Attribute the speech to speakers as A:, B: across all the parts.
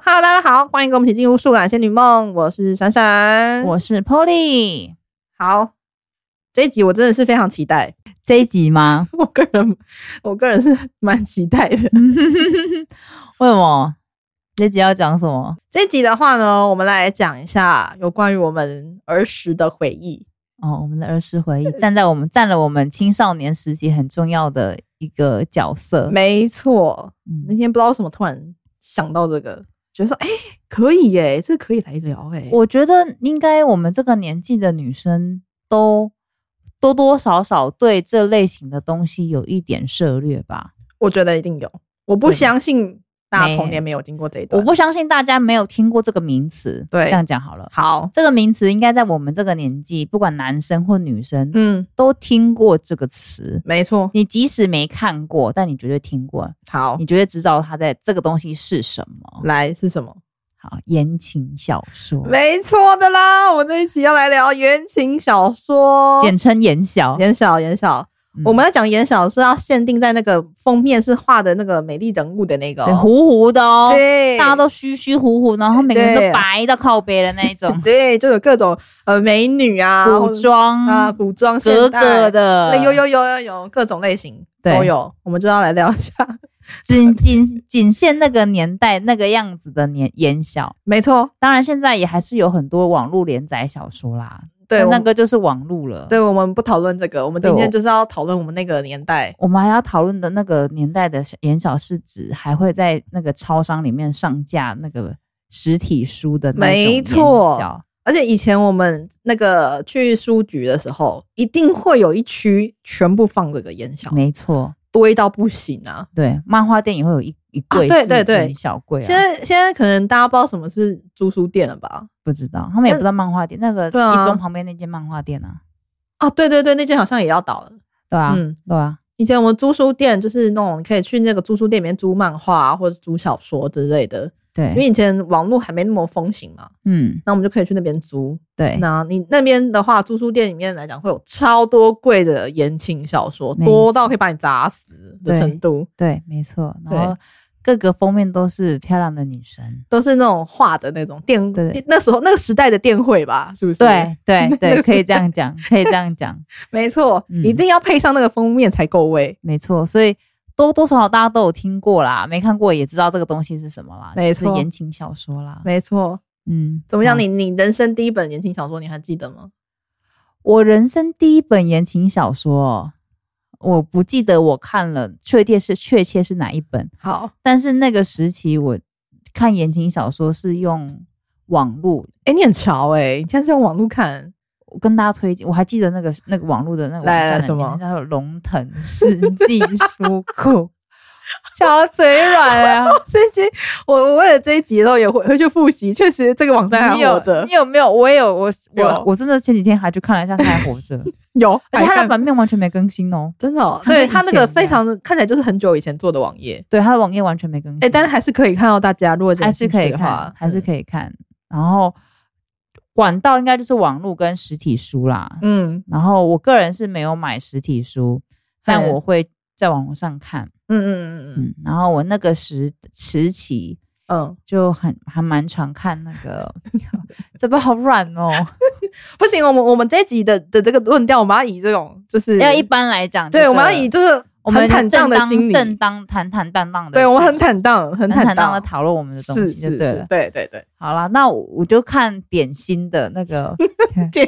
A: Hello，大家好，欢迎跟我们一起进入《树懒仙女梦》，我是闪闪。
B: 我是 Polly。
A: 好，这一集我真的是非常期待，
B: 这一集吗？
A: 我个人我个人是蛮期待的。
B: 为什么？这一集要讲什么？
A: 这一集的话呢，我们来讲一下有关于我们儿时的回忆。
B: 哦，我们的儿时 回忆，站在我们占了我们青少年时期很重要的一个角色。
A: 没错，那
B: 嗯，
A: 天不知道为什么突然想到这个，觉得说哎、可以耶、这可以来聊哎、
B: 我觉得应该我们这个年纪的女生都多多少少对这类型的东西有一点涉略吧。
A: 我觉得一定有，我不
B: 对
A: 相信大家
B: 没
A: 童年没有经过这一段。
B: 我不相信大家没有听过这个名词。
A: 对
B: 这样讲好了。
A: 好，
B: 这个名词应该在我们这个年纪，不管男生或女生，
A: 嗯，
B: 都听过这个词。
A: 没错，
B: 你即使没看过，但你绝对听过，
A: 好
B: 你，绝对知道它在这个东西是什么。
A: 来是什么？
B: 好，言情小说，
A: 没错的啦，我们这一期要来聊言情小说，
B: 简称言小。
A: 言小言小。
B: 嗯
A: 我们要讲言小是要限定在那个封面是画的那个美丽人物的那个
B: 对
A: 哦、
B: 糊糊的哦，
A: 对，
B: 大家都虚虚糊糊，然后每个人
A: 对，
B: 都白到靠背的那一种
A: 对，就有各种呃美女 啊，或
B: 古
A: 者
B: 装
A: 啊，古装现
B: 格
A: 代那
B: 格的，
A: 有有有有有各种类型
B: 对
A: 都有，我们就要来聊一下。
B: 仅仅仅限那个年代那个样子的年言小。
A: 没错，
B: 当然，现在也还是有很多网络连载小说啦，
A: 对，
B: 但
A: 我
B: 那
A: 们
B: 个就是网络了。
A: 对我们不讨论这个，我们今
B: 对
A: 天
B: 我
A: 就是要讨论我们那个年代。
B: 我们还要讨论的那个年代的眼小市指，还会在那个超商里面上架那个实体书的那种
A: 没错
B: 眼小
A: 而且以前我们那个去书局的时候，一定会有一区全部放这个烟小，
B: 没错，
A: 堆到不行啊！
B: 对，漫画店也会有一一柜、
A: 啊对对对
B: 小柜、啊，
A: 现在现在可能大家不知道什么是租书店了吧？
B: 不知道，他们也不知道漫画店那个
A: 对啊
B: 一中旁边那间漫画店啊，
A: 啊，对对对，那间好像也要倒了。
B: 对啊，
A: 嗯，
B: 对啊，
A: 以前我们租书店就是那种可以去那个租书店里面租漫画、啊、或者是租小说之类的，因为
B: 对，
A: 以前网络还没那么风行嘛，
B: 嗯，
A: 那我们就可以去那边租。
B: 对，
A: 那你那边的话，租书店里面来讲，会有超多贵的言情小说，
B: 没
A: 多到可以把你砸死的
B: 对
A: 程度。
B: 对，没错，
A: 对
B: 然后各个封面都是漂亮的女生，
A: 都是那种画的那种电，
B: 对
A: 电那时候那个时代的电绘吧，是不是？
B: 对， 对，
A: 那
B: 对，
A: 个
B: 可以这样讲，可以这样讲，
A: 没错，
B: 嗯
A: 一定要配上那个封面才够味。
B: 没错，所以多多少少大家都有听过啦，没看过也知道这个东西是什么啦，
A: 没错
B: 就是言情小说啦。
A: 没错，
B: 嗯，
A: 怎么样？
B: 好
A: 你你人生第一本言情小说你还记得吗？
B: 我人生第一本言情小说哦，我不记得我看了，确定是确切是哪一本，
A: 好，
B: 但是那个时期我看言情小说是用网络，
A: 哎、你很潮哎、你现在是用网络看，
B: 我跟大家推荐，我还记得那个那个网络的那个网
A: 来
B: 站
A: 什
B: 的
A: 么
B: 名字叫做龙腾世纪书 库， 瞧嘴软啊！
A: 这一集我我为了这一集的时候也回回去复习，确实这个网站还
B: 你有
A: 活着
B: 你，有没有？我也有，我
A: 有
B: 我我真的前几天还去看了一下，它还活 着，
A: 有，
B: 而
A: 还
B: 且它的
A: 看
B: 版面完全没更新哦。
A: 真的、哦，
B: 它
A: 对
B: 跟以
A: 它那个
B: 前一
A: 非
B: 样
A: 常的看起来就是很久以前做的网页，
B: 对，它的网页完全没更新。
A: 哎、但是还是可以看到大家，如果
B: 还是可以
A: 的
B: 看
A: 话，，
B: 还是
A: 以，
B: 可以看。然后管道应该就是网络跟实体书啦。
A: 嗯
B: 然后我个人是没有买实体书，但
A: 嘿
B: 我会在网络上看。
A: 嗯嗯嗯嗯
B: 嗯，然后我那个时时期
A: 嗯，
B: 就很还蛮常看那个， 嘴巴好软哦。
A: 不行，我们我们这一集的的这个论调，我们要以这种就是
B: 要一般来讲，
A: 对，我们要以就是
B: 我们
A: 很坦荡的心理，
B: 正当坦坦荡荡的去，
A: 对我们很坦荡，很
B: 很坦荡
A: 荡
B: 的讨论我们的东
A: 是
B: 西就是对
A: 是
B: 了，。
A: 对对对，
B: 好啦，那我我就看点心的那个
A: 姐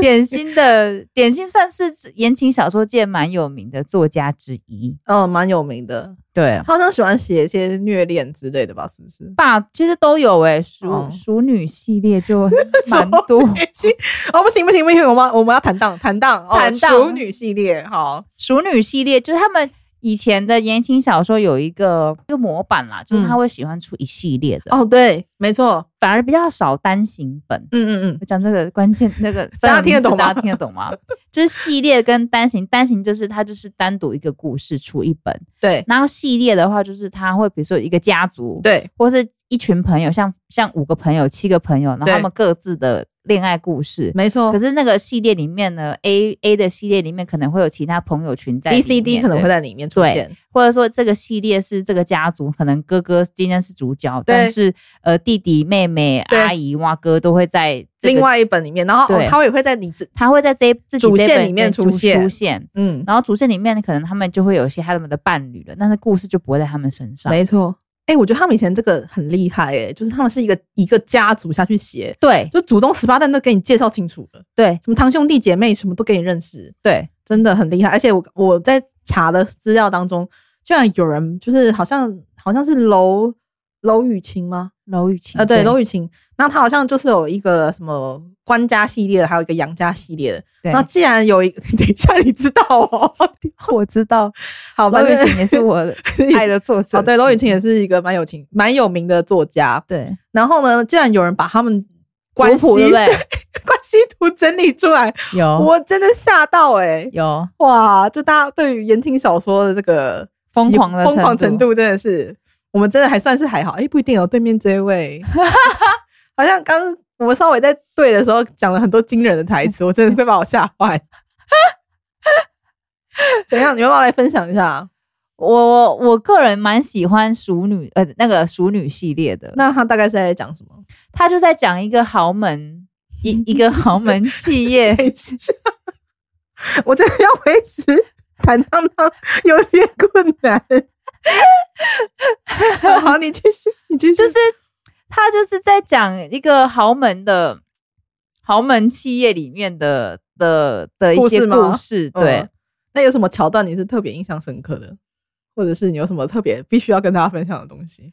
B: 点心的点心算是言情小说界蛮有名的作家之一。
A: 嗯，蛮有名的，
B: 对啊
A: 他，好像喜欢写一些虐恋之类的吧，是不是？
B: 爸其实都有诶、熟
A: 哦
B: 熟女系 列就 蛮多。
A: 行 哦，不行不行不行，我们要我们要坦荡坦荡哦
B: 坦荡
A: 熟女系列，好，
B: 熟女系列就是他们以前的言情小说有一个一个模板啦，就是他会喜欢出一系列的，
A: 嗯哦对，没错，
B: 反而比较少单行本。
A: 嗯嗯，
B: 我讲这个关键那个
A: 大家听得懂吗
B: 大家听得懂吗？ 就是系列跟单行，单行就是它就是单独一个故事出一本，
A: 嗯，对
B: 然后系列的话就是它会比如说有一个家族，
A: 对
B: 或是一群朋友，像像五个朋友、七个朋友，然后
A: 对
B: 他们各自的恋爱故事。
A: 没错
B: 可。是那个系列里面呢，A A 的系列里面可能会有其他朋友群在里
A: B、
B: 面
A: C、D 可能会，在里面出
B: 对
A: 现，
B: 对或者说这个系列是这个家族，可能哥哥今天是主角，
A: 对
B: 但是呃弟弟、妹妹、
A: 对
B: 阿姨、哇哥都会在这个
A: 另，外一本里面，然后哦
B: 对
A: 它也会在你这，
B: 他会在这一自己
A: 主
B: 这一
A: 线
B: 本
A: 里面
B: 对
A: 出
B: 主
A: 现
B: 出现，
A: 嗯，
B: 然后主线里面可能他们就会有一些他们的伴侣了，但是故事就不会在他们身上。
A: 没错。哎、我觉得他们以前这个很厉害、哎，就是他们是一个一个家族下去写，
B: 对
A: 就祖宗十八代都给你介绍清楚了，
B: 对
A: 什么堂兄弟姐妹什么都给你认识，
B: 对，
A: 真的很厉害。而且我我在查的资料当中，居然有人就是好像好像是楼楼雨晴吗？
B: 楼雨晴
A: 呃，对，楼雨晴，那她好像就是有一个什么官家系列的，还有一个杨家系列的。
B: 对
A: 那既然有一， 等一下你知道 哦，
B: 我知道，
A: 好，
B: 楼
A: 反
B: 雨
A: 正
B: 晴也是我爱的作 者。
A: 哦，对，楼雨晴也是一个蛮有情蛮有名的作家。
B: 对
A: 然后呢，竟然有人把他们关
B: 关
A: 系
B: 谱对不 对？
A: 关系图整理出来，
B: 有
A: 我真的吓到哎、
B: 有，
A: 哦哇！就大家对于言情小说的这个
B: 疯
A: 喜
B: 狂的
A: 疯狂
B: 程
A: 程度，真的是我们真的还算是还好。哎、不一定哦。对面这一 位，好像刚我们稍微在对的时候讲了很多惊人的台词，我真的会把我吓坏。 怎样？你要不要来分享一下？
B: 我我我个人蛮喜欢熟女呃那个熟女系列的，
A: 那他大概是在讲什么？
B: 他就在讲一个豪门一一个豪门企业，
A: 等一下， 我觉得要维持坦荡荡有点困难。 好，你继续，你继续，
B: 就是他就是在讲一个豪门的豪门企业里面的的的一些
A: 故事吗
B: 故事，
A: 嗯
B: 对。
A: 那有什么桥段你是特别印象深刻的，或者是你有什么特别必须要跟大家分享的东西？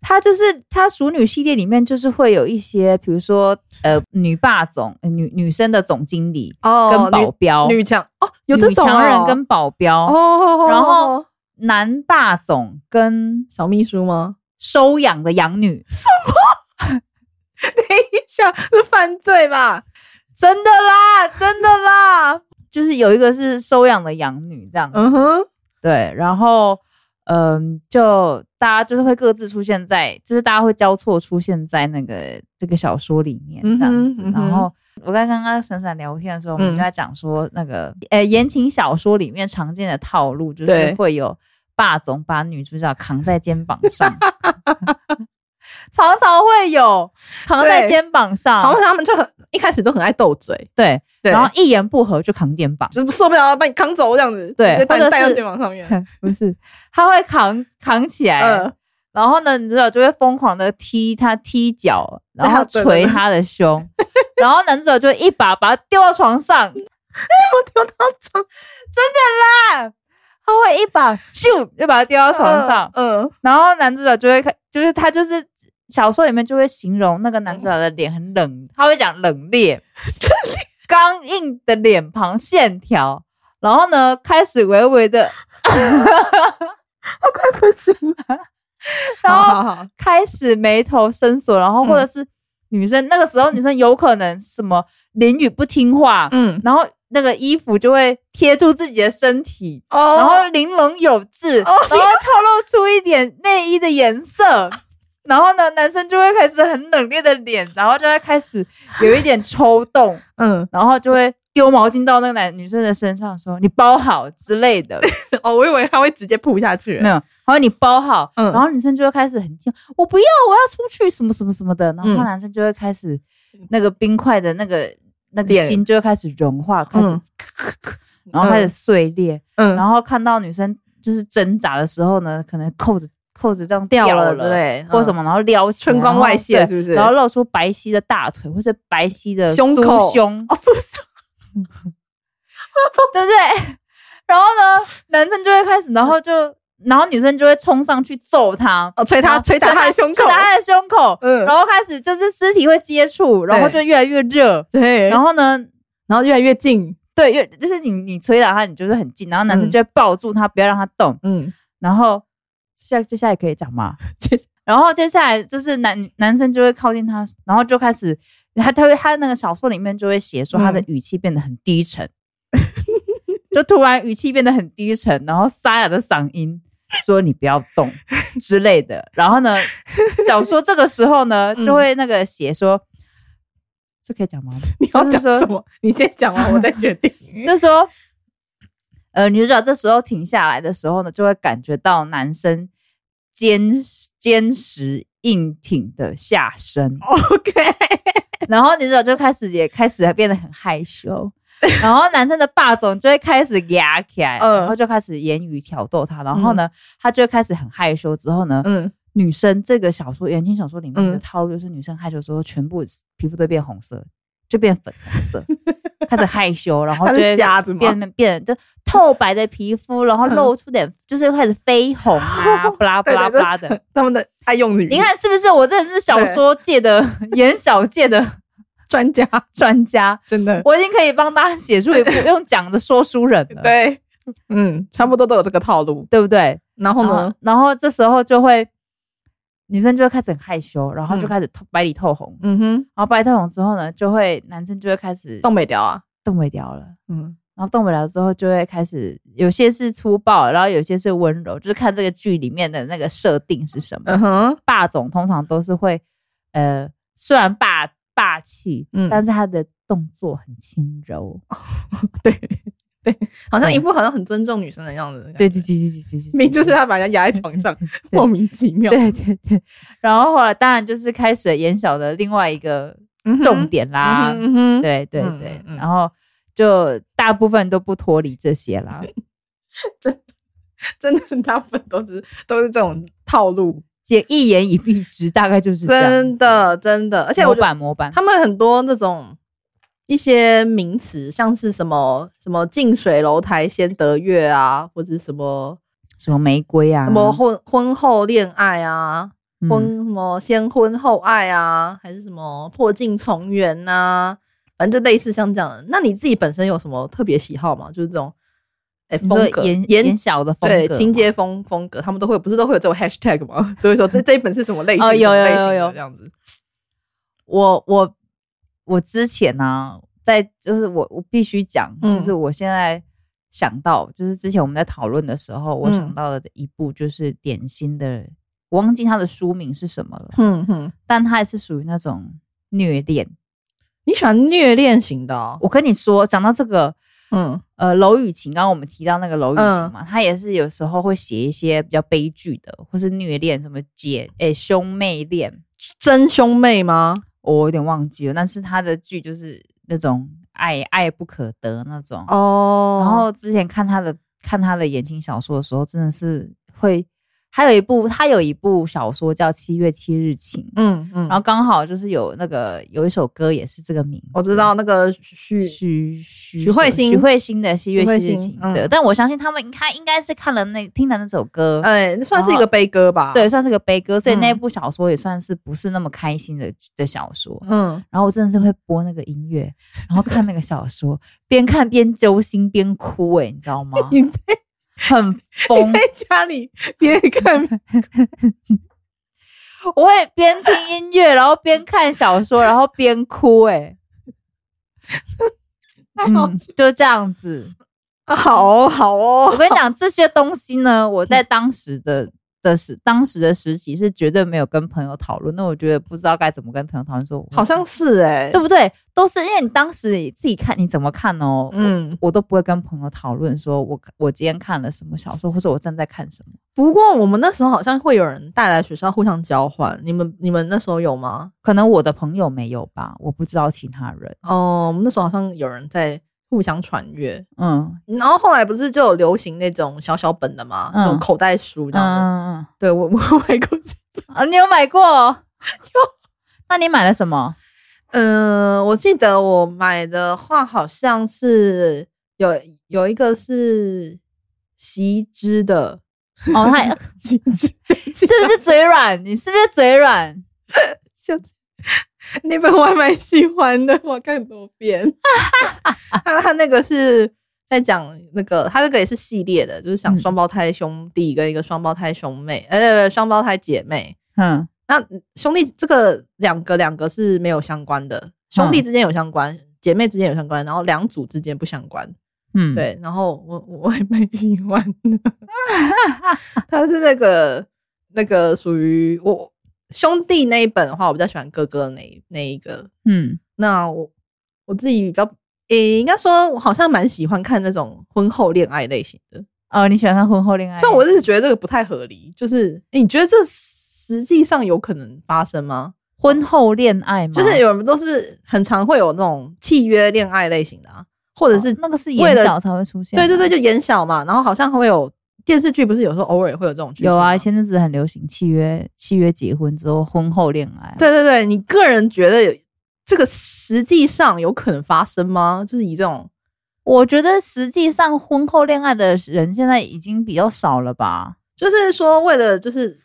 B: 他就是他熟女系列里面，就是会有一些，比如说呃，女霸总、呃女女生的总经理
A: 哦
B: 跟保镖，
A: 女强哦，有这种
B: 女强人
A: 哦
B: 跟保镖，
A: 哦，
B: 然后男霸总跟
A: 小秘书吗？
B: 收养的养女，
A: 一下是犯罪吧？
B: 真的啦，真的啦，就是有一个是收养的养女这样，
A: 嗯哼，
B: 对，然后嗯，就大家就是会各自出现在，就是大家会交错出现在那个这个小说里面这样子。
A: 嗯哼嗯哼
B: 然后我刚刚跟闪闪聊天的时候，我
A: 嗯
B: 们就在讲说那个、呃言情小说里面常见的套路，就
A: 对
B: 是会有霸总把女主角扛在肩膀上。 常常会有扛在
A: 对
B: 肩膀
A: 好
B: 上
A: 像，他们就很一开始都很爱斗嘴，
B: 对，
A: 对，
B: 然后一言不合就扛肩膀，
A: 就是受不了把你扛走这样子，
B: 对
A: 直接带
B: 或者是
A: 带到肩膀上面，
B: 不是，他会扛扛起来，
A: 嗯，
B: 然后呢，你知道就会疯狂的踢他踢脚，
A: 对
B: 然后
A: 对对
B: 捶他的 胸，然后男主角就一把把他丢到床上，
A: 丢到床
B: 啊他会一把咻就把他丢到床上，
A: 嗯，嗯
B: 然后男主角就会看，就是他就是小说里面就会形容那个男主角的脸很冷，他会讲 冷冽、刚硬的脸庞线条，然后呢开始微微的，
A: 哦快不行了，
B: 然后
A: 好好好
B: 开始眉头深锁，然后或
A: 嗯
B: 者是女生、那个时候女生有可能什么淋雨不听话，
A: 嗯，
B: 然后那个衣服就会贴住自己的身体，
A: 哦
B: 然后玲珑有致，
A: 哦
B: 然后透露出一点内衣的 颜色。然后呢，男生就会开始很冷冽的脸，然后就会开始有一点抽动，
A: 嗯，
B: 然后就会丢毛巾到那个男女生的身上，说“你包好”之类的。
A: 哦，我以为他会直接扑下去，
B: 没有，然后你包好，
A: 嗯
B: 然后女生就会开始很惊，我不要，我要出去，什么什么什么的，然后
A: 嗯
B: 男生就会开始那个冰块的那个那个
A: 脸
B: 心就会开始融化，开始
A: 嗯
B: 咳咳咳，然后开始碎裂，
A: 嗯，
B: 然后看到女生就是挣扎的时候呢，可能扣子扣子这样
A: 掉
B: 了
A: 了之类，
B: 或什
A: 么。
B: 么，然后撩起来
A: 春光外泄
B: 然后对
A: 是不是
B: 然后露出白皙的大腿，或是白皙的
A: 胸
B: 酥
A: 口
B: 胸，
A: 哦，不是，
B: 对不对？然后呢，男生就会开始，然后就，然后女生就会冲上去揍他，
A: 哦，捶
B: 然
A: 他，
B: 后
A: 捶打他的胸口
B: 捶，打他的胸口，
A: 嗯
B: 然后开始就是尸体会接触，然后就越来越热，
A: 对，
B: 然
A: 后
B: 后呢，
A: 然后越来越近，
B: 对，越就是你你捶打他，你就是很近，然后男生就会抱住他，不要让他动，
A: 嗯，
B: 然后下接下来可以讲吗？
A: 接下
B: 然后接下来就是男男生就会靠近他，然后就开始。他他会他那个小说里面就会写说他的
A: 嗯
B: 语气变得很 低沉，就突然语气变得很低沉，然后沙哑的嗓音，说你不要 动之类的。然后呢，小说这个时候呢，
A: 嗯
B: 就会那个写说，这可以讲吗？
A: 你要
B: 就是
A: 讲
B: 说
A: 什么？你先讲完，我再决定。
B: 就是说，呃，女主角这时候停下来的时候呢，就会感觉到男生坚坚实硬挺的下身，
A: OK，
B: 然后女主角就开始也开始变得很 害羞。然后男生的霸总就会开始压起来，
A: 嗯
B: 然后就开始言语挑逗她，然后呢，她就会开始很害羞。之后呢，
A: 嗯，
B: 女生这个小说言情小说里面的
A: 嗯
B: 套路就是，女生害羞的时候，全部皮肤都变红色，就变粉红 色，开始害羞，然后
A: 他
B: 就
A: 是
B: 会
A: 瞎子吗？
B: 变变就透白的皮肤，然后
A: 嗯
B: 露出点，就是开始绯红啊，巴拉巴
A: 对
B: 拉
A: 对
B: 巴
A: 对
B: 拉 的。
A: 他们的爱用语，
B: 你看是不是？我真的是小说界的言小界的
A: 专家
B: 专家，
A: 真的
B: 我已经可以帮大家写出 一部用讲的说书人了，
A: 对，嗯，差不多都有这个套路。
B: 对不对？
A: 然后
B: 然
A: 呢
B: 后？然后这时候就会女生就会开始很害羞，然后就
A: 嗯
B: 开始透白里透红，
A: 嗯哼，
B: 然后白里透红之后呢，就会男生就会开始
A: 东北调啊，
B: 动不了了。
A: 嗯，
B: 然后动不了之后，就会开始有些是粗暴，然后有些是温柔，就是看这个剧里面的那个设定是什么。
A: 嗯哼，
B: 霸总通常都是会，呃，虽然霸霸气，
A: 嗯哦
B: 但是他的动作很轻柔。
A: 对对，好像
B: 嗯
A: 一副好像很尊重女生的样子。
B: 对对，对对对对对，
A: 明就是他把人家压在床上，莫名其妙。
B: 对对对。然后后来当然就是开始演小的另外一个
A: 嗯哼
B: 重点啦，
A: 嗯哼，嗯哼
B: 对对
A: 嗯
B: 对
A: 嗯，嗯
B: 然后就大部分都不脱离这些 啦。
A: 真的很大部分都是都是这种套路，
B: 简一言以蔽之，大概就是这样
A: 真的真的。而且我
B: 模
A: 觉得
B: 板模板，
A: 他们很多那种一些名词，像是什么什么近水楼台先得月啊，或者什么
B: 什么玫瑰啊，
A: 什么婚婚后恋爱啊，婚
B: 嗯
A: 什么先婚后爱啊，还是什么破镜重圆呐、反正就类似像这样的。那你自己本身有什么特别喜好吗？就是这种，哎、
B: 你
A: 风
B: 说
A: 格
B: 演
A: 言
B: 演小的风格
A: 对
B: 嘛，
A: 情节风风格，他们都会有不是都会有这种 hashtag 吗？ 都会说这这一本是什么类型，
B: 哦有
A: 什么类
B: 有
A: 型的
B: 有有
A: 这样子。
B: 我我我之前呢、在就是我我必须讲，
A: 嗯
B: 就是我现在想到，就是之前我们在讨论的时候，我
A: 嗯
B: 想到的一部就是典型的，我忘记它的书名是什么了，
A: 哼哼，
B: 但它也是属于那种虐恋。
A: 你喜欢虐恋型的、哦？
B: 我跟你说，讲到这个。
A: 嗯
B: 呃，娄雨晴，刚刚我们提到那个娄雨晴嘛，她、也是有时候会写一些比较悲剧的，或是虐恋，什么姐诶、兄妹恋，
A: 真兄妹吗？
B: 我有点忘记了。但是她的剧就是那种爱爱不可得那种。
A: 哦
B: 然后之前看她的看她的言情小说的时候，真的是会，还有一部她有一部小说叫《七月七日晴》，
A: 嗯嗯，
B: 然后刚好就是有那个有一首歌也是这个名字，
A: 我知道那个许
B: 许许
A: 许慧欣
B: 许慧欣的《七月
A: 许慧
B: 七日
A: 欣
B: 晴》
A: 嗯
B: 对，但我相信他们他应该是看了那听了那首歌，
A: 哎、算是一个悲歌吧？
B: 对，，算是个悲歌，所以那
A: 嗯
B: 部小说也算是不是那么开心的的小说。
A: 嗯，
B: 然后我真的是会播那个音乐，然后看那个小说，边看边揪心边哭、欸，你知道吗？
A: 你在
B: 很疯，
A: 在家 里边看，
B: 我会边听音乐，然后边看小说，然后边哭、 欸，哎，嗯，就这样子。
A: 好哦好
B: 我
A: 哦，
B: 跟你讲，这些东西呢，我在当时的的时当时的时期是绝对没有跟朋友讨论，那我觉得不知道该怎么跟朋友讨论，说
A: 好像是哎、
B: 对不对？都是因为你当时你自己看你怎么看哦，嗯。
A: 嗯，
B: 我都不会跟朋友讨论，说我我今天看了什么小说，或者我正在看什么。
A: 不过我们那时候好像会有人带来学校互相交换，你们你们那时候有吗？
B: 可能我的朋友没有吧，我不知道其他人。
A: 哦，我们那时候好像有人在互相传阅，
B: 嗯
A: 然后后来不是就有流行那种小小本的嘛，
B: 嗯
A: 那种口袋书这
B: 嗯
A: 样子。
B: 嗯
A: 对我我 买过这，
B: 嗯啊，你有买过？有。那你买了什么？
A: 嗯、我记得我买的话好像是有有一个是席之的，
B: 哦，他是
A: 席之
B: 不是嘴软？你是不是嘴软？
A: 像那本我还蛮喜欢的，我看很多遍。 他他那个是在讲那个，他这个也是系列的，就是讲
B: 嗯
A: 双胞胎兄弟跟一个双胞胎兄妹，呃，双胞胎姐妹。
B: 嗯
A: 那兄弟这个两个两个是
B: 嗯
A: 没有相关的，兄弟之间有相关，姐妹之间有相关，然后两组之间不相关。
B: 嗯，，
A: 对，然后我我还蛮喜欢的， 他是那个那个属于我兄弟那一本的话，我比较喜欢哥哥的那一那一个。
B: 嗯
A: 那我我自己比较，诶、应该说我好像蛮喜欢看那种婚后恋爱类型的，
B: 哦，你喜欢看婚后恋爱？
A: 虽然我是觉得这个不太合理，就是、诶你觉得这实际上有可能发生吗？
B: 婚后恋爱吗？哦
A: 就是有人都是很常会有那种契约恋爱类型的啊，或者是
B: 哦那个是
A: 为
B: 眼
A: 了
B: 角才会出现、
A: 对对对，，就演小嘛，然后好像会有电视剧，不是有时候偶尔会有这种剧情
B: 有啊，
A: 吗
B: 前阵子很流行契约，契约结婚之后婚后恋爱。，啊
A: 对对对，你个人觉得有这个实际上有可能发生吗？就是以这种
B: 我觉得实际上婚后恋爱的人现在已经比较少了吧？
A: 就是说为了就是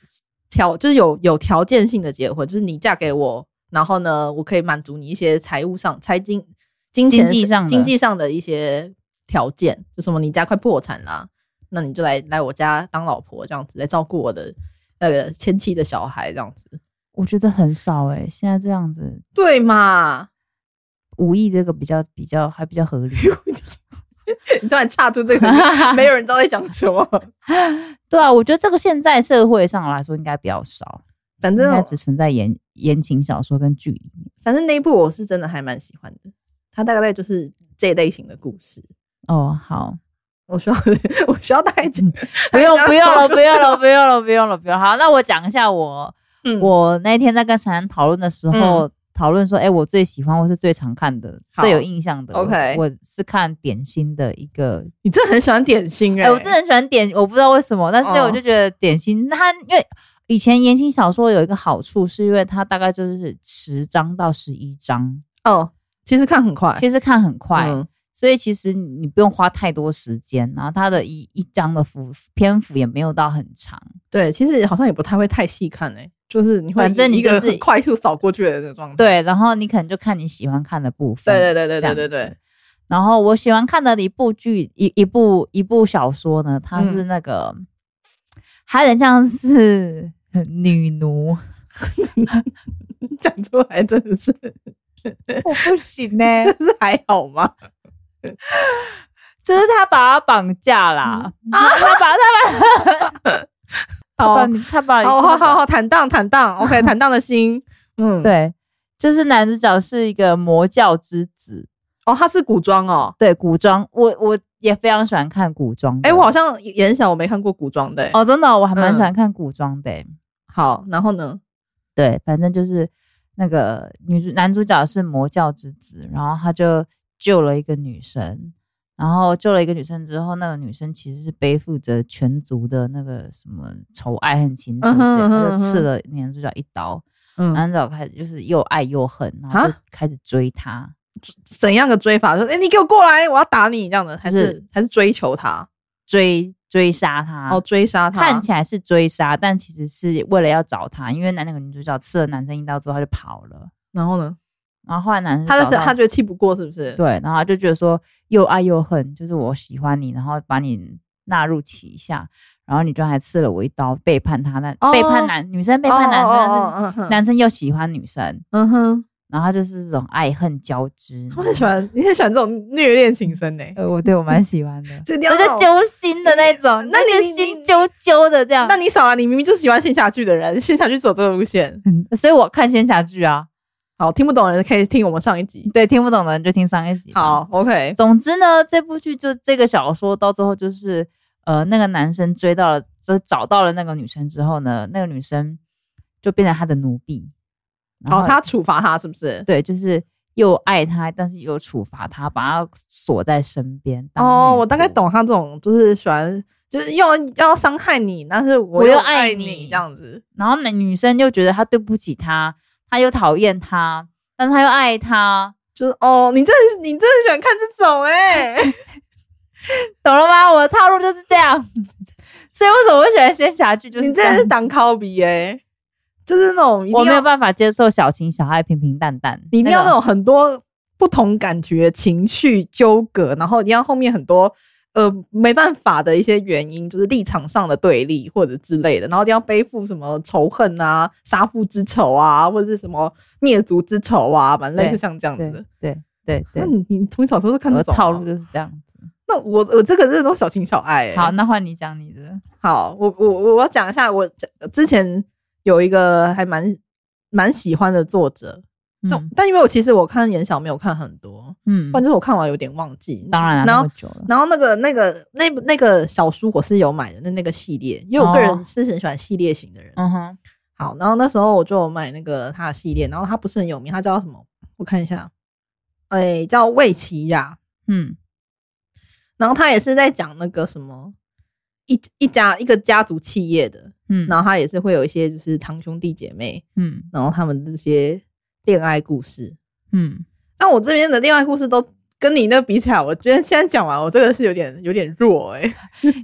A: 条就是有有条件性的结婚，就是你嫁给我，然后呢，我可以满足你一些财务上、财经、金钱
B: 经济上的
A: 经济上的一些条件，就什么你家快破产啦，那你就来来我家当老婆这样子，来照顾我的那个前妻的小孩这样子，
B: 我觉得很少哎、现在这样子
A: 对嘛？
B: 无意这个比较比较还比较合理。
A: 你突然岔出这 个，没有人知道在讲什么。
B: 对啊，我觉得这个现在社会上来说应该比较少，
A: 反
B: 应
A: 正
B: 该只存在言言情小说跟剧里面。
A: 反正那一部我是真的还蛮喜欢的，它大概就是这类型的故事。
B: 哦， 好，
A: 我 需要我需要大概 讲，
B: 不用不用
A: 大
B: 了，不
A: 家
B: 用了，不用了，不用了，不用了。好，那我讲一下我
A: 嗯
B: 我那天在跟珊珊讨论的时候，讨论说，哎、我最喜欢或是最常看的、
A: 好
B: 最有印象的
A: OK
B: 我我是看点心的一个，
A: 你真的很喜欢点心哎、
B: 哎、我真的很喜欢点，我不知道为什么，但是
A: 哦
B: 我就觉得点心，那它因为以前言情小说有一个好处，是因为它大概就是十章到十一章，
A: 哦，其实看很快，
B: 其实看很快。
A: 嗯
B: 所以其实你你不用花太多时间，然后它的一一章的幅篇幅也没有到很长，
A: 对，其实好像也不太会太细看哎、就是你会
B: 反正
A: 以
B: 你
A: 一个
B: 就是
A: 很快速扫过去的那种状态。
B: 对，然后你可能就看你喜欢看的部分，
A: 对对对对对对
B: 这样
A: 对
B: 子，。然后我喜欢看的一部剧，一一部一部小说呢，它是
A: 嗯
B: 那个，它很像是 女奴，
A: 讲出来真的是
B: 我不行呢、
A: 是还好吗？
B: 就是他把他绑架啦，啊，他把他把
A: 嗯好，
B: 你他把
A: 哦好好好好，坦荡坦荡，OK，坦 荡的心，嗯，，
B: 对，就是男主角是一个魔教之子，
A: 哦，他是古装哦，
B: 对古装，我我也非常喜欢看古装的，
A: 哎、我好像眼小我没看过古装的、欸，
B: 嗯哦真的哦、我还蛮
A: 嗯
B: 喜欢看古装的欸、
A: 好，然后呢？
B: 对，反正就是那个女主男主角是魔教之子，然后他就救了一个女生，然后救了一个女生之后，那个女生其实是背负着全族的那个什么仇爱恨情仇之类的，
A: 嗯哼
B: 他就刺
A: 嗯哼
B: 了男主角一刀，
A: 嗯
B: 男主角开始就是又爱又恨，然后就开始追她。
A: 怎样的追法？就是哎、诶你给我过来，我要打你这样的，还是、
B: 就是
A: 还是追求他，
B: 追追杀他，
A: 然后哦追杀他？
B: 看起来是追杀，但其实是为了要找他，因为男那个女主角刺了男生一刀之后，他就跑了。
A: 然后呢？
B: 然后后来男生
A: 他就
B: 找
A: 是
B: 到
A: 他觉得气不过，是不是？
B: 对，然后就觉得说又爱又恨，就是我喜欢你，然后把你纳入旗下，然后你居然还刺了我一刀，背叛他，那、
A: 哦
B: 背叛男女生背
A: 哦，
B: 叛男生，
A: 哦，
B: 但是
A: 哦
B: 男生又喜欢女生，
A: 嗯哼，
B: 然后他就是这种爱恨交织。
A: 我很喜欢， 你很喜欢这种虐恋情深呢、，
B: 呃，我对我蛮喜欢的
A: 就一定要
B: 我
A: 那
B: 就
A: 种
B: 揪心的那种，
A: 那
B: 就
A: 你
B: 是
A: 你
B: 心
A: 你
B: 揪揪的这样
A: 那。你少了，你明明就喜欢仙侠剧的人， 仙侠剧走这个路线。
B: 嗯所以我看仙侠剧啊，
A: 好，听不懂的人可以听我们上一集。
B: 对，听不懂的人就听上一集。
A: 好，OK，
B: 总之呢，这部剧就这个小说到最后就是，呃，那个男生追到了，就找到了那个女生之后呢，那个女生就变成他的奴婢。然
A: 好，
B: 后
A: 哦他处罚他是不是？
B: 对，就是又爱他，但是又处罚他，把他锁在身边。当
A: 哦，
B: 女
A: 我大概
B: 仆。
A: 懂他这种，就是喜欢，就是要要伤害你，但是我
B: 我又
A: 又
B: 爱
A: 爱
B: 你
A: 这样子。
B: 然后那女生又觉得他对不起他，他又讨厌他，但是他又爱他，
A: 就是哦，你真的你真的喜欢看这种哎、
B: 懂了吗？我的套路就是这样。所以为什么我喜欢仙侠剧？就是
A: 你
B: 这
A: 真
B: 样
A: 的是挡靠比哎，就是那种一定
B: 我没有
A: 要
B: 办法接受小情小爱、平平淡淡，
A: 你一定要
B: 个
A: 那种很多不同感觉、情绪纠葛，然后一定要后面很多呃没办法的一些原因，就是立场上的对立或者之类的，然后一定要背负什么仇恨啊、杀父之仇啊，或者是什么灭族之仇啊，反正类似
B: 对
A: 像这样子的。
B: 对对对
A: 那
B: 对，
A: 你你从小时候就看
B: 我
A: 这
B: 的
A: 种啊
B: 套路就是这样子。
A: 那我我这个真的都小情小爱、欸。
B: 好，那换你讲你的。
A: 好，我我我要讲一下，我之前有一个还蛮蛮喜欢的作者，就、
B: 嗯
A: 但因为我其实我看言小没有看很多，
B: 嗯
A: 不然，就是我看完有点忘记。
B: 当然了，
A: 然
B: 啊那
A: 后
B: 么久了，
A: 然后那个那个那那个小书我是有买的，那那个系列，因为我个
B: 哦
A: 人是很喜欢系列型的人。
B: 嗯哼，
A: 好，然后那时候我就有买那个他的系列，然后他不是很有名，他叫什么？我看一下，哎、叫魏奇亚。
B: 嗯
A: 然后他也是在讲那个什么一一家一个家族企业的，
B: 嗯，
A: 然后他也是会有一些就是堂兄弟姐妹，
B: 嗯
A: 然后他们这些恋爱故事。
B: 嗯，
A: 但我这边的恋爱故事都跟你那比起来，我觉得现在讲完，我这个是有点有点弱哎、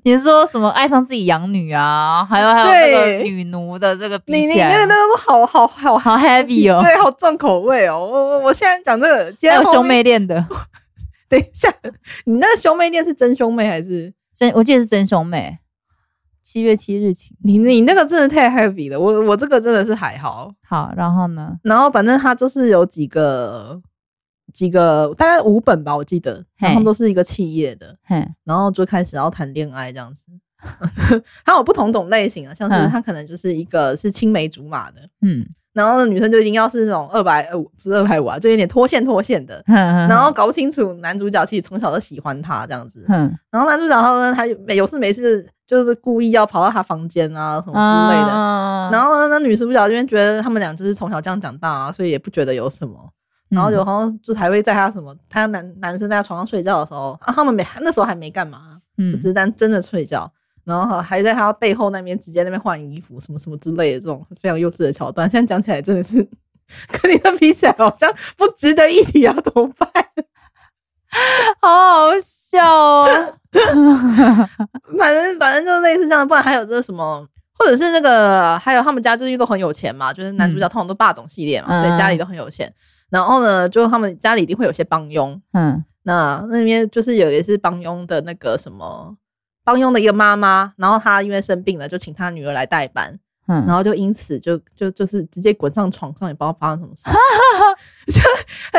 B: 你是说什么爱上自己养女啊？还有还有那个
A: 对
B: 女奴的这个 比
A: 你你
B: 起
A: 那
B: 来
A: 个那，个都好好好
B: 好 heavy 哦，
A: 对，好重口味哦。我我我现在讲这个，今
B: 还
A: 天
B: 有
A: 后
B: 兄
A: 面，
B: 妹恋的，
A: 等一下，你那个兄妹恋是真兄妹还是？
B: 真我记得是真兄妹，七月七日晴。
A: 你你那个真的太 heavy 了，我我这个真的是还好。
B: 好，然后呢？
A: 然后反正他就是有几个几个大概五本吧，我记得，
B: 嘿
A: 然后他们都是一个企业的，
B: 嘿，
A: 然后就开始要谈恋爱这样子。 他有不同种类型啊，像是
B: 嗯
A: 他可能就是一个是青梅竹马的，
B: 嗯，
A: 然后女生就一定要是那种二百五，不是二百五啊，就有点脱线脱线的。
B: 然
A: 然后搞不清楚男主角其实从小就喜欢她这样子，
B: 嗯
A: 然后男主角他呢，他有有事没事就是故意要跑到她房间啊什么之类的，
B: 的
A: 然后呢，那女主角就觉得他们俩就是从小这样长大啊，所以也不觉得有什么。
B: 嗯
A: 然后有好像就还会在她什么，她男男生在她床上睡觉的时候，啊，他们没那时候还没干嘛，就只
B: 嗯
A: 是单真的睡觉，然后还在她背后那边直接那边换衣服什么什么之类的这种非常幼稚的桥段，现在讲起来真的是跟你的比起来好像不值得一提啊，怎么办？
B: 好好笑 哦，
A: 反正反正就类似这样，不然还有这个什么，或者是那个还有他们家就是因为都很有钱嘛，就是男主角通常都霸总系列嘛，
B: 嗯
A: 所以家里都很有钱。然后呢，就他们家里一定会有些帮佣，
B: 嗯
A: 那那边就是有一次帮佣的那个什么。帮佣的一个妈妈，然后她因为生病了，就请她女儿来代班，
B: 嗯，
A: 然后就因此就就就是直接滚上床上，也不知道发生什么事， 就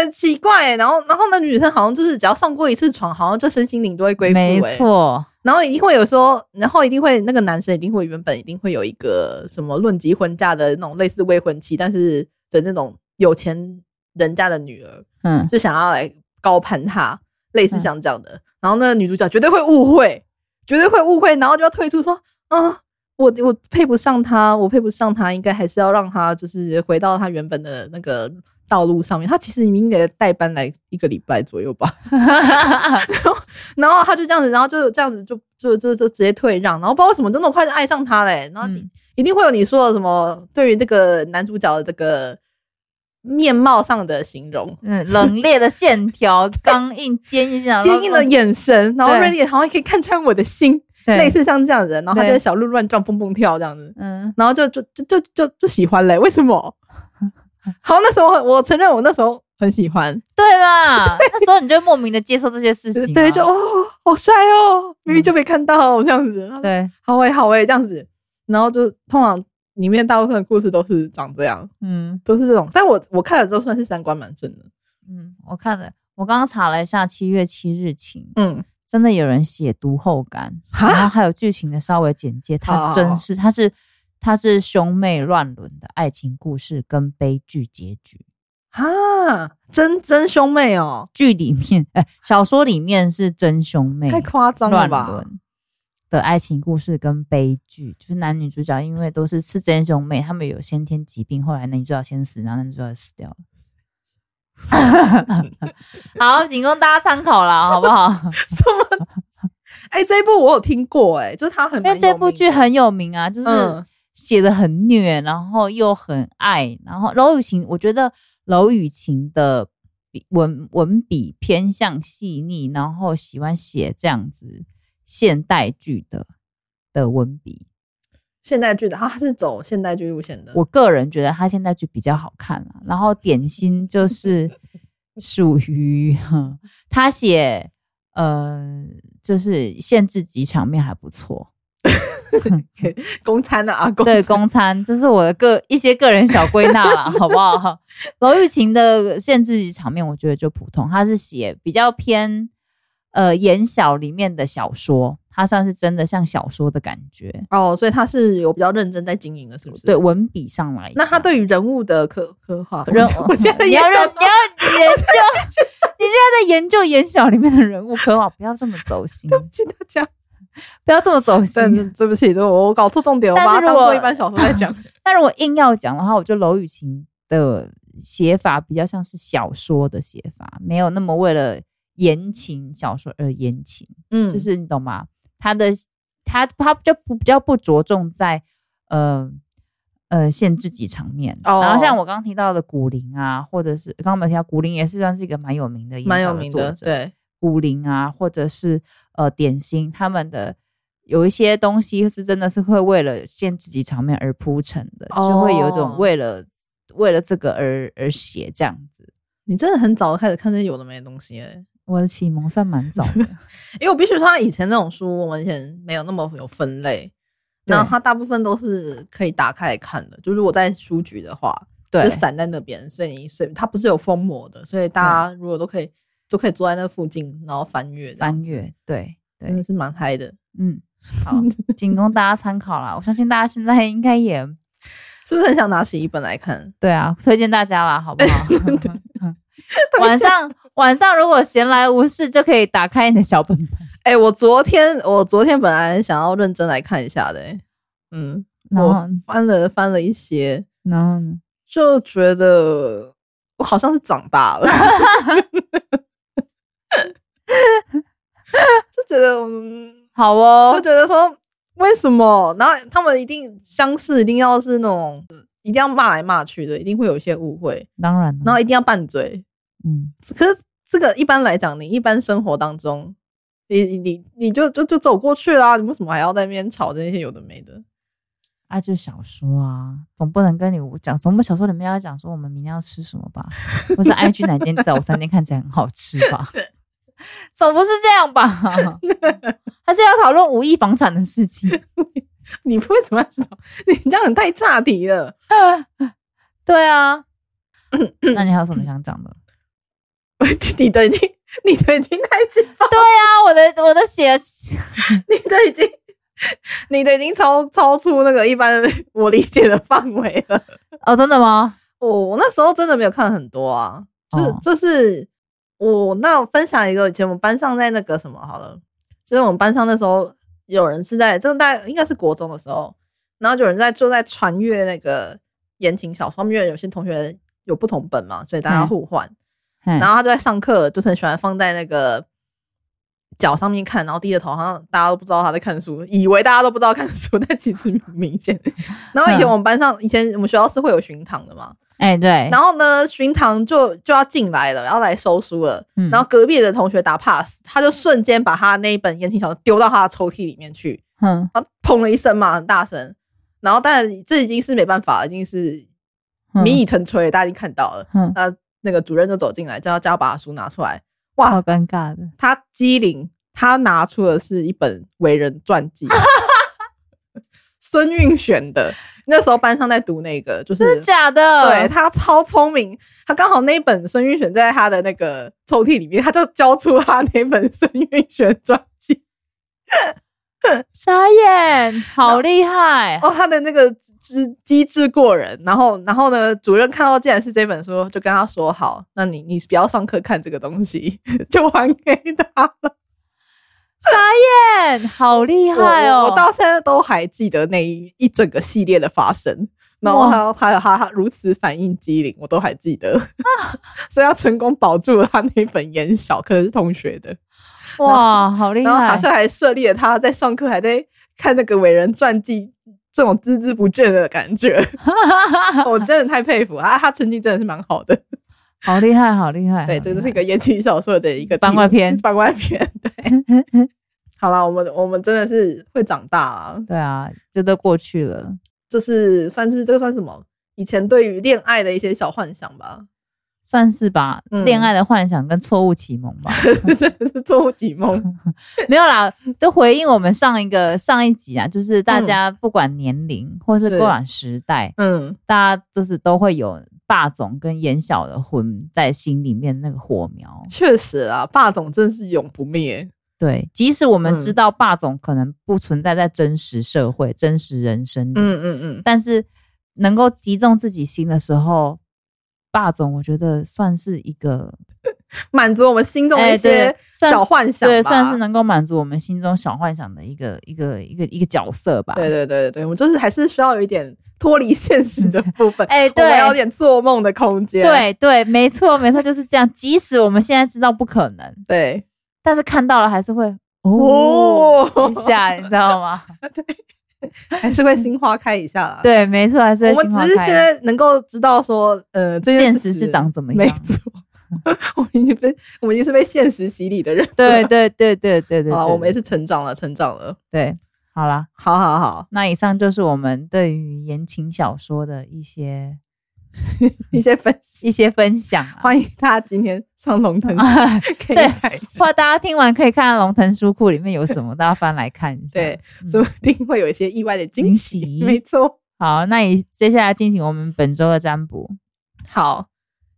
A: 很奇怪、欸。然后然后那女生好像就是只要上过一次床，好像就身心灵都会恢复、欸。
B: 没错，
A: 然后一定会有说，然后一定会那个男生一定会原本一定会有一个什么论及婚嫁的那种类似未婚妻，但是的那种有钱人家的女儿，
B: 嗯
A: 就想要来高攀他，类似像这样的。然后那个女主角绝对会误会，绝对会误会，然后就要退出说，啊，我我配不上他，我配不上他，应该还是要让他就是回到他原本的那个道路上面。他其实应该代班来一个礼拜左右吧。然后他就这样子，然后就这样子就就就就直接退让，然后不知道为什么就那么快就爱上他嘞、然后你、
B: 嗯
A: 一定会有你说的什么对于这个男主角的这个面貌上的形容。
B: 嗯，冷冽的线条， 刚硬坚 硬线条，
A: 坚硬的眼神，然后
B: 对
A: Randy 好像可以看穿我的心，类
B: 类，
A: 似像这样子，然后他
B: 对
A: 就在小鹿乱撞，蹦蹦跳这样子，
B: 嗯
A: 然后就就就就就就喜欢嘞、为什 么？好，那时候很我承认我那时候很喜欢，
B: 对 啦，那时候你就莫名的接受这些事情啊，
A: 对，就哦，好帅哦，明明就没看到、这样子，
B: 嗯对，
A: 好诶、好诶、这样子，然后就通常里面大部分的故事都是长这样，
B: 嗯
A: 都是这种，但我我看了之后算是三观蛮正的，
B: 嗯，我看了，我刚刚查了一下，七月七日晴，
A: 嗯，
B: 真的有人写读后感，
A: 哈
B: 然后还有剧情的稍微简介，它
A: 好
B: 真是它是它是兄妹乱伦的爱情故事跟悲剧结局。
A: 啊，真真兄妹哦，
B: 剧里面，哎、小说里面是真兄妹
A: 太夸张了
B: 哎乱
A: 吧？
B: 伦的爱情故事跟悲剧，就是男女主角因为都是是真兄妹，他们有先天疾病，后来男女主角先死，然后男女主角死 掉了。好，仅供大家参考啦，好 不好？
A: 哎、这一部我有听过、哎，就是他很
B: 因为
A: 蛮
B: 这
A: 有
B: 部
A: 名
B: 剧
A: 的
B: 很有名啊，就是
A: 嗯
B: 写的很虐，然后又很爱，然后娄雨晴，我觉得娄雨晴的笔文文笔偏向细腻，然后喜欢写这样子现代剧的的文笔。
A: 现代剧的，他是走现代剧路线的。
B: 我个人觉得她现代剧比较好看啦、然后点心就是 属于哼她写呃，就是限制级场面还不错。
A: 公餐的阿公
B: 对，公餐，这是我的个一些个人小归纳啦，好不好？ 娄玉琴的限制级场面，我觉得就普通，她是写比较偏呃言小里面的小说，它算是真的像小说的感觉，
A: 哦，所以他是有比较认真在经营的，是不是？
B: 对，文笔上来讲。
A: 那他对于人物的刻刻画，
B: 人，
A: 我 觉得
B: 你要
A: 也
B: 认
A: 找
B: 你
A: 到
B: 要研究，你现在在研究言小里面的人物刻画，不要这么走心，
A: 请大家，
B: 不要这么走
A: 但
B: 心。
A: 是对不起，对我我搞错重点，我
B: 但是
A: 把它当
B: 如果
A: 做一般小说在 讲。
B: 但如果硬要讲的话，我觉得娄雨晴的写法比较像是小说的写法，没有那么为了言情小说而言情。
A: 嗯
B: 就是你懂吗？他的他他就不比较不着重在呃呃限制级场面，
A: 哦
B: 然后像我刚刚提到的古灵啊，或者是刚刚没有提到古灵也是算是一个蛮有名的
A: 蛮
B: 演
A: 有
B: 讲
A: 名
B: 作
A: 的，
B: 者，
A: 对，
B: 古灵啊，或者是呃点心他们的。有一些东西是真的是会为了限制级场面而铺陈的，就会有一
A: 哦
B: 种为了为了这个而而写这样子。
A: 你真的很早开始看这些有的没的东西哎耶、
B: 我的启蒙算蛮早的，
A: 因为我必须说，他以前那种书，我们以前没有那么有分类，
B: 对
A: 然后它大部分都是可以打开来看的。就是我在书局的话，
B: 对
A: 就，散在那边，所以你随它不是有封膜的，所以大家如果都可以都可以坐在那附近，然后翻阅这样
B: 翻
A: 子，
B: 阅，对对
A: 真，的是蛮嗨的，
B: 嗯， 好，仅供大家参考啦。我相信大家现在应该也
A: 是不是很想拿起一本来看？
B: 对啊，推荐大家啦，好不 好？ 晚上晚上如果闲来无事，就可以打开你的小本本，
A: 哎、我昨天我昨天本来想要认真来看一下的、欸，嗯，
B: 然
A: 我
B: 后
A: 翻了翻了一些，
B: 然后呢
A: 就觉得我好像是长大了，就觉得嗯，
B: 好
A: 就
B: 哦，
A: 觉得说为什么？然后他们一定相似，一定要是那种呃一定要骂来骂去的，一定会有一些误会，
B: 当然
A: 然
B: 了，
A: 后一定要拌嘴。
B: 嗯，
A: 可是这个一般来讲，你一般生活当中，你你你你就就就走过去啦，你为什么还要在那边吵这些有的没的？
B: 啊，就小说啊，总不能跟你讲，总不小说里面要讲说我们明天要吃什么吧，或是 IG 哪间早餐店看起来很好吃吧，总不是这 样吧？还是要讨论无意房产的事情。
A: 你为什么要吵？ 你这样很太岔题了。
B: 对 啊，那你还有什么想讲的？
A: 你的已经，你的已经太劲爆，
B: 啊，我的我的写，
A: 你的已经， 你的已经超超出那个一般我理解的范围了。
B: 哦，真的吗？
A: 我我那时候真的没有看很多啊，就是、
B: 哦
A: 就是我那我分享一个以前我们班上在那个什么好了，就是我们班上那时候有人是在正在应该是国中的时候，然后有人在就在传阅那个言情小说，因为有些同学有不同本嘛，所以大家
B: 嗯
A: 互换，
B: 然
A: 然后他就在上课就是很喜欢放在那个。脚上面看，然后低着头，好像大家都不知道他在看书，以为大家都不知道看书， 但其实很明显。然后以前
B: 嗯
A: 我们班上，以前我们学校是会有巡堂的嘛，
B: 哎对，
A: 然后呢，巡堂就就要进来了，然后来收书了。
B: 嗯
A: 然后隔壁的同学打 pass，他就瞬间把他那一本言情小说丢到他的抽屉里面去，
B: 哼
A: 然后砰了一声嘛，很大声。然后但这已经是没办法了，已经是
B: 哼
A: 民以成炊，
B: 嗯
A: 大家已经看到了。
B: 哼，
A: 那那个主任就走进来，叫他叫他把书拿出来。
B: 好
A: 哇，
B: 尴尬的，
A: 他机灵，他拿出的是一本为人传 记，孙运璇的。那时候班上在读那个，就是
B: 真的假的？
A: 对他超聪明，他刚好那一本孙运璇在他的那个抽屉里面，他就交出他那本孙运璇专辑。
B: 傻眼，好厉害，
A: 哦，他的那个机机智过人。然后，然后呢，主任看到竟然是这本书，就跟他说：“好，那你你不要上课看这个东西， 就还给他了。
B: 傻眼，好厉
A: 我”
B: 害
A: 我
B: 哦！
A: 我到现在都还记得那一一整个系列的发生。然后还有还有他他如此反应机灵，我都还记 得，所以他成功保住了他那本眼小，可能是同学的。
B: 哇，好厉
A: 然后好
B: 害，
A: 像还设立了他在上课还在看那个伟人传记这种孜孜不倦的感觉，我真的太佩服啊！他成绩真的是蛮好的。
B: 好厉害，好厉害，
A: 对，
B: 好
A: 这
B: 厉
A: 就是一
B: 害
A: 个言情小说的一个
B: 番外篇
A: 番外篇，对。好啦，我们我们真的是会长大啊，
B: 对啊，这都过去了，
A: 就是算是这个算什么？以前对于恋爱的一些小幻想吧，
B: 算是吧，
A: 嗯
B: 恋爱的幻想跟错误启蒙吧。
A: 真的是做几梦。
B: 没有啦，就回应我们上一个上一集啊，就是大家不管年龄或是
A: 嗯是
B: 不管时代，
A: 嗯，
B: 大家就是都会有霸总跟严晓的魂在心里面那个火苗。
A: 确实啊，霸总真是永不灭。
B: 对，即使我们
A: 嗯
B: 知道霸总可能不存在在真实社会、真实人生里，
A: 嗯嗯，
B: 但是能够击中自己心的时候，霸总我觉得算是一个
A: 满足我们心中的
B: 哎
A: 一些
B: 对算是
A: 小幻想吧、
B: 对，算是能够满足我们心中小幻想的一个一个一个一个角色吧。
A: 对对对对，我们就是还是需要有一点脱离现实 的部分，
B: 哎、
A: 我们
B: 对
A: 要有点做梦的空间。
B: 对对，没错没错，就是这样。即使我们现在知道不可能，
A: 对，
B: 但是看到了还是会哦
A: 哦
B: 一，下，你知道 吗？
A: 还是会心花开一下啦。，
B: 对，没错，还是会
A: 我们
B: 心花
A: 只是
B: 开啊
A: 现在能够知道说，呃，这件
B: 现
A: 事
B: 实
A: 情
B: 是长怎么
A: 没
B: 样？
A: 错，我们已经被我们已经是被现实洗礼的人。
B: 对对对对对对对，
A: 啊，我们也
B: 是
A: 是成长了，成长了。
B: 对。好啦，
A: 好好好，
B: 那以上就是我们对于言情小说的一些
A: 一些分析，
B: 一些分享、啊。
A: 欢迎大家今天上龙 腾可以
B: 对
A: 看 一
B: 或
A: 下。
B: 者大家听完可以看看龙腾书库里面有什么，大家翻来看一下。
A: 对，
B: 嗯
A: 说不定会有一些意外的惊
B: 惊
A: 喜。
B: 喜。
A: 没错。
B: 好，那以接下来进行我们本周的占卜。
A: 好，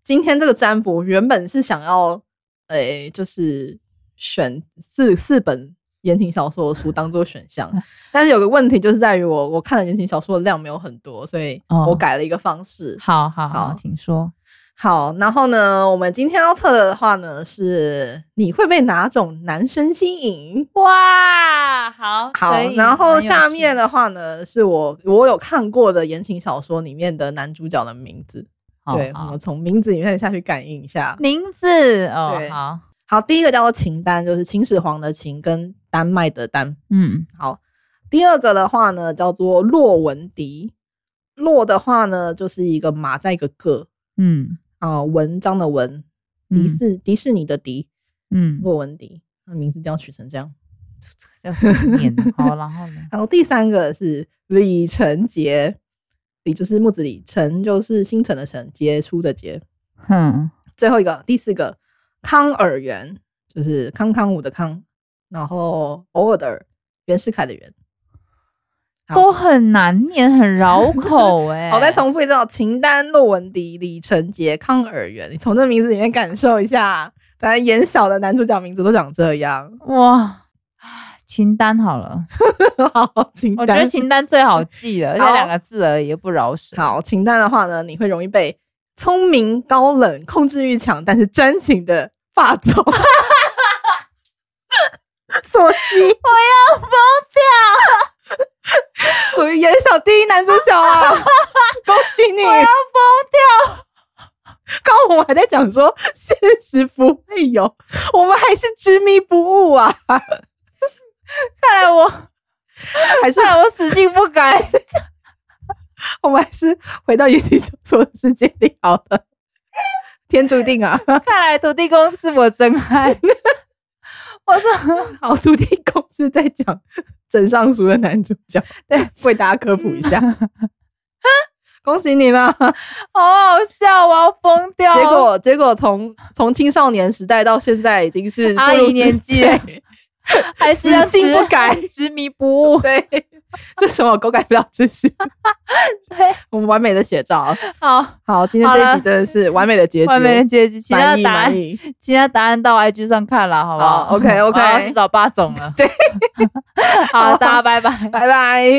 A: 今天这个占卜原本是想要，诶、就是选四四本言情小说的书当做选项，但是有个问题就是在于我我看的言情小说的量没有很多，所以
B: 哦
A: 我改了一个方式。
B: 好好好，
A: 好
B: 请说。
A: 好，然后呢，我们今天要测的话呢是你会被哪种男生吸引？
B: 哇，好
A: 好，然后下面，的话呢，是我我有看过的言情小说里面的男主角的名字。
B: 哦
A: 对，我们从名字里面下去感应一下。
B: 名字哦
A: 对，
B: 好，
A: 好，第一个叫做秦丹，就是秦始皇的秦跟丹麦的丹。
B: 嗯，
A: 好，第二个的话呢叫做洛文迪，洛的话呢就是一个马在一个个
B: 嗯
A: 啊、文章的文，
B: 嗯
A: 迪士、迪士尼的迪，
B: 嗯，
A: 洛文迪，那名字一定要取成这样。
B: 要怎么念呢？好，然后呢？
A: 然后第三个是李承杰，李就是木子李，承就是星辰的辰，杰出的杰。
B: 哼，
A: 最后一个，第四个康尔元，就是康康舞的康，然后偶尔的尔，袁世凯的袁。好
B: 都很难念，很绕口哎。
A: 好，再重复一次哦：秦丹、骆文迪、李承杰、康尔元。你从这名字里面感受一下，大家眼小的男主角名字都长这样。
B: 哇，秦丹好了，
A: 好，秦
B: 我觉得
A: 丹，
B: 秦丹最好记了，而且
A: 好
B: 两个字而已，又不饶舌。
A: 好，秦丹的话呢，你会容易被聪明、高冷、控制欲强，但是专情的霸总 所吸。
B: 我要疯掉。
A: 属于演小第一男主角 啊！恭喜你！我要疯掉！刚刚我们还在讲说现实不会有，我们还是执迷不悟啊，
B: 看来我，
A: 还是
B: 看来我死性不改。
A: 我们还是回到言情小说的世界里好了。天注定 啊！
B: 看来土地公是我真爱。我说，
A: 好，土地公是在讲枕上书的男主角，
B: 对，
A: 为大家科普一 下。恭喜你啦！
B: 好好笑，我要疯掉。
A: 结果结果从从青少年时代到现在已经是
B: 阿
A: 步入
B: 姨年
A: 职
B: 纪
A: 界
B: 了还是要
A: 死性
B: 执
A: 不改
B: 执迷不悟。
A: 对，这什么狗改不了秩序，
B: 对，
A: 我们完美的写照。
B: 好，
A: 好，今天
B: 好
A: 这一
B: 了
A: 集真的是完美的结局，
B: 完美的结局。其他
A: 满
B: 的
A: 意
B: 答案
A: 满，意。
B: 其他答案到 IG 上看了，好不好
A: 好，OK，OK
B: 我 要去找八总了。
A: 对，
B: 好，大家拜拜。
A: 拜拜。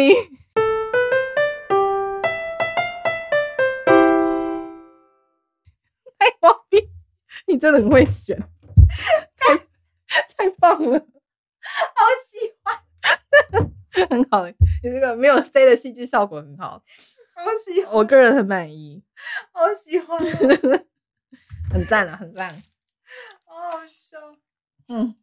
A: 哎，王斌，你真的很会选，太太棒了，好喜欢，很好，你这个没有 C 的戏剧效果很好，
B: 好喜
A: 我个人很满意，
B: 好喜欢，
A: 很赞啊，很赞。
B: 好好笑。
A: 嗯。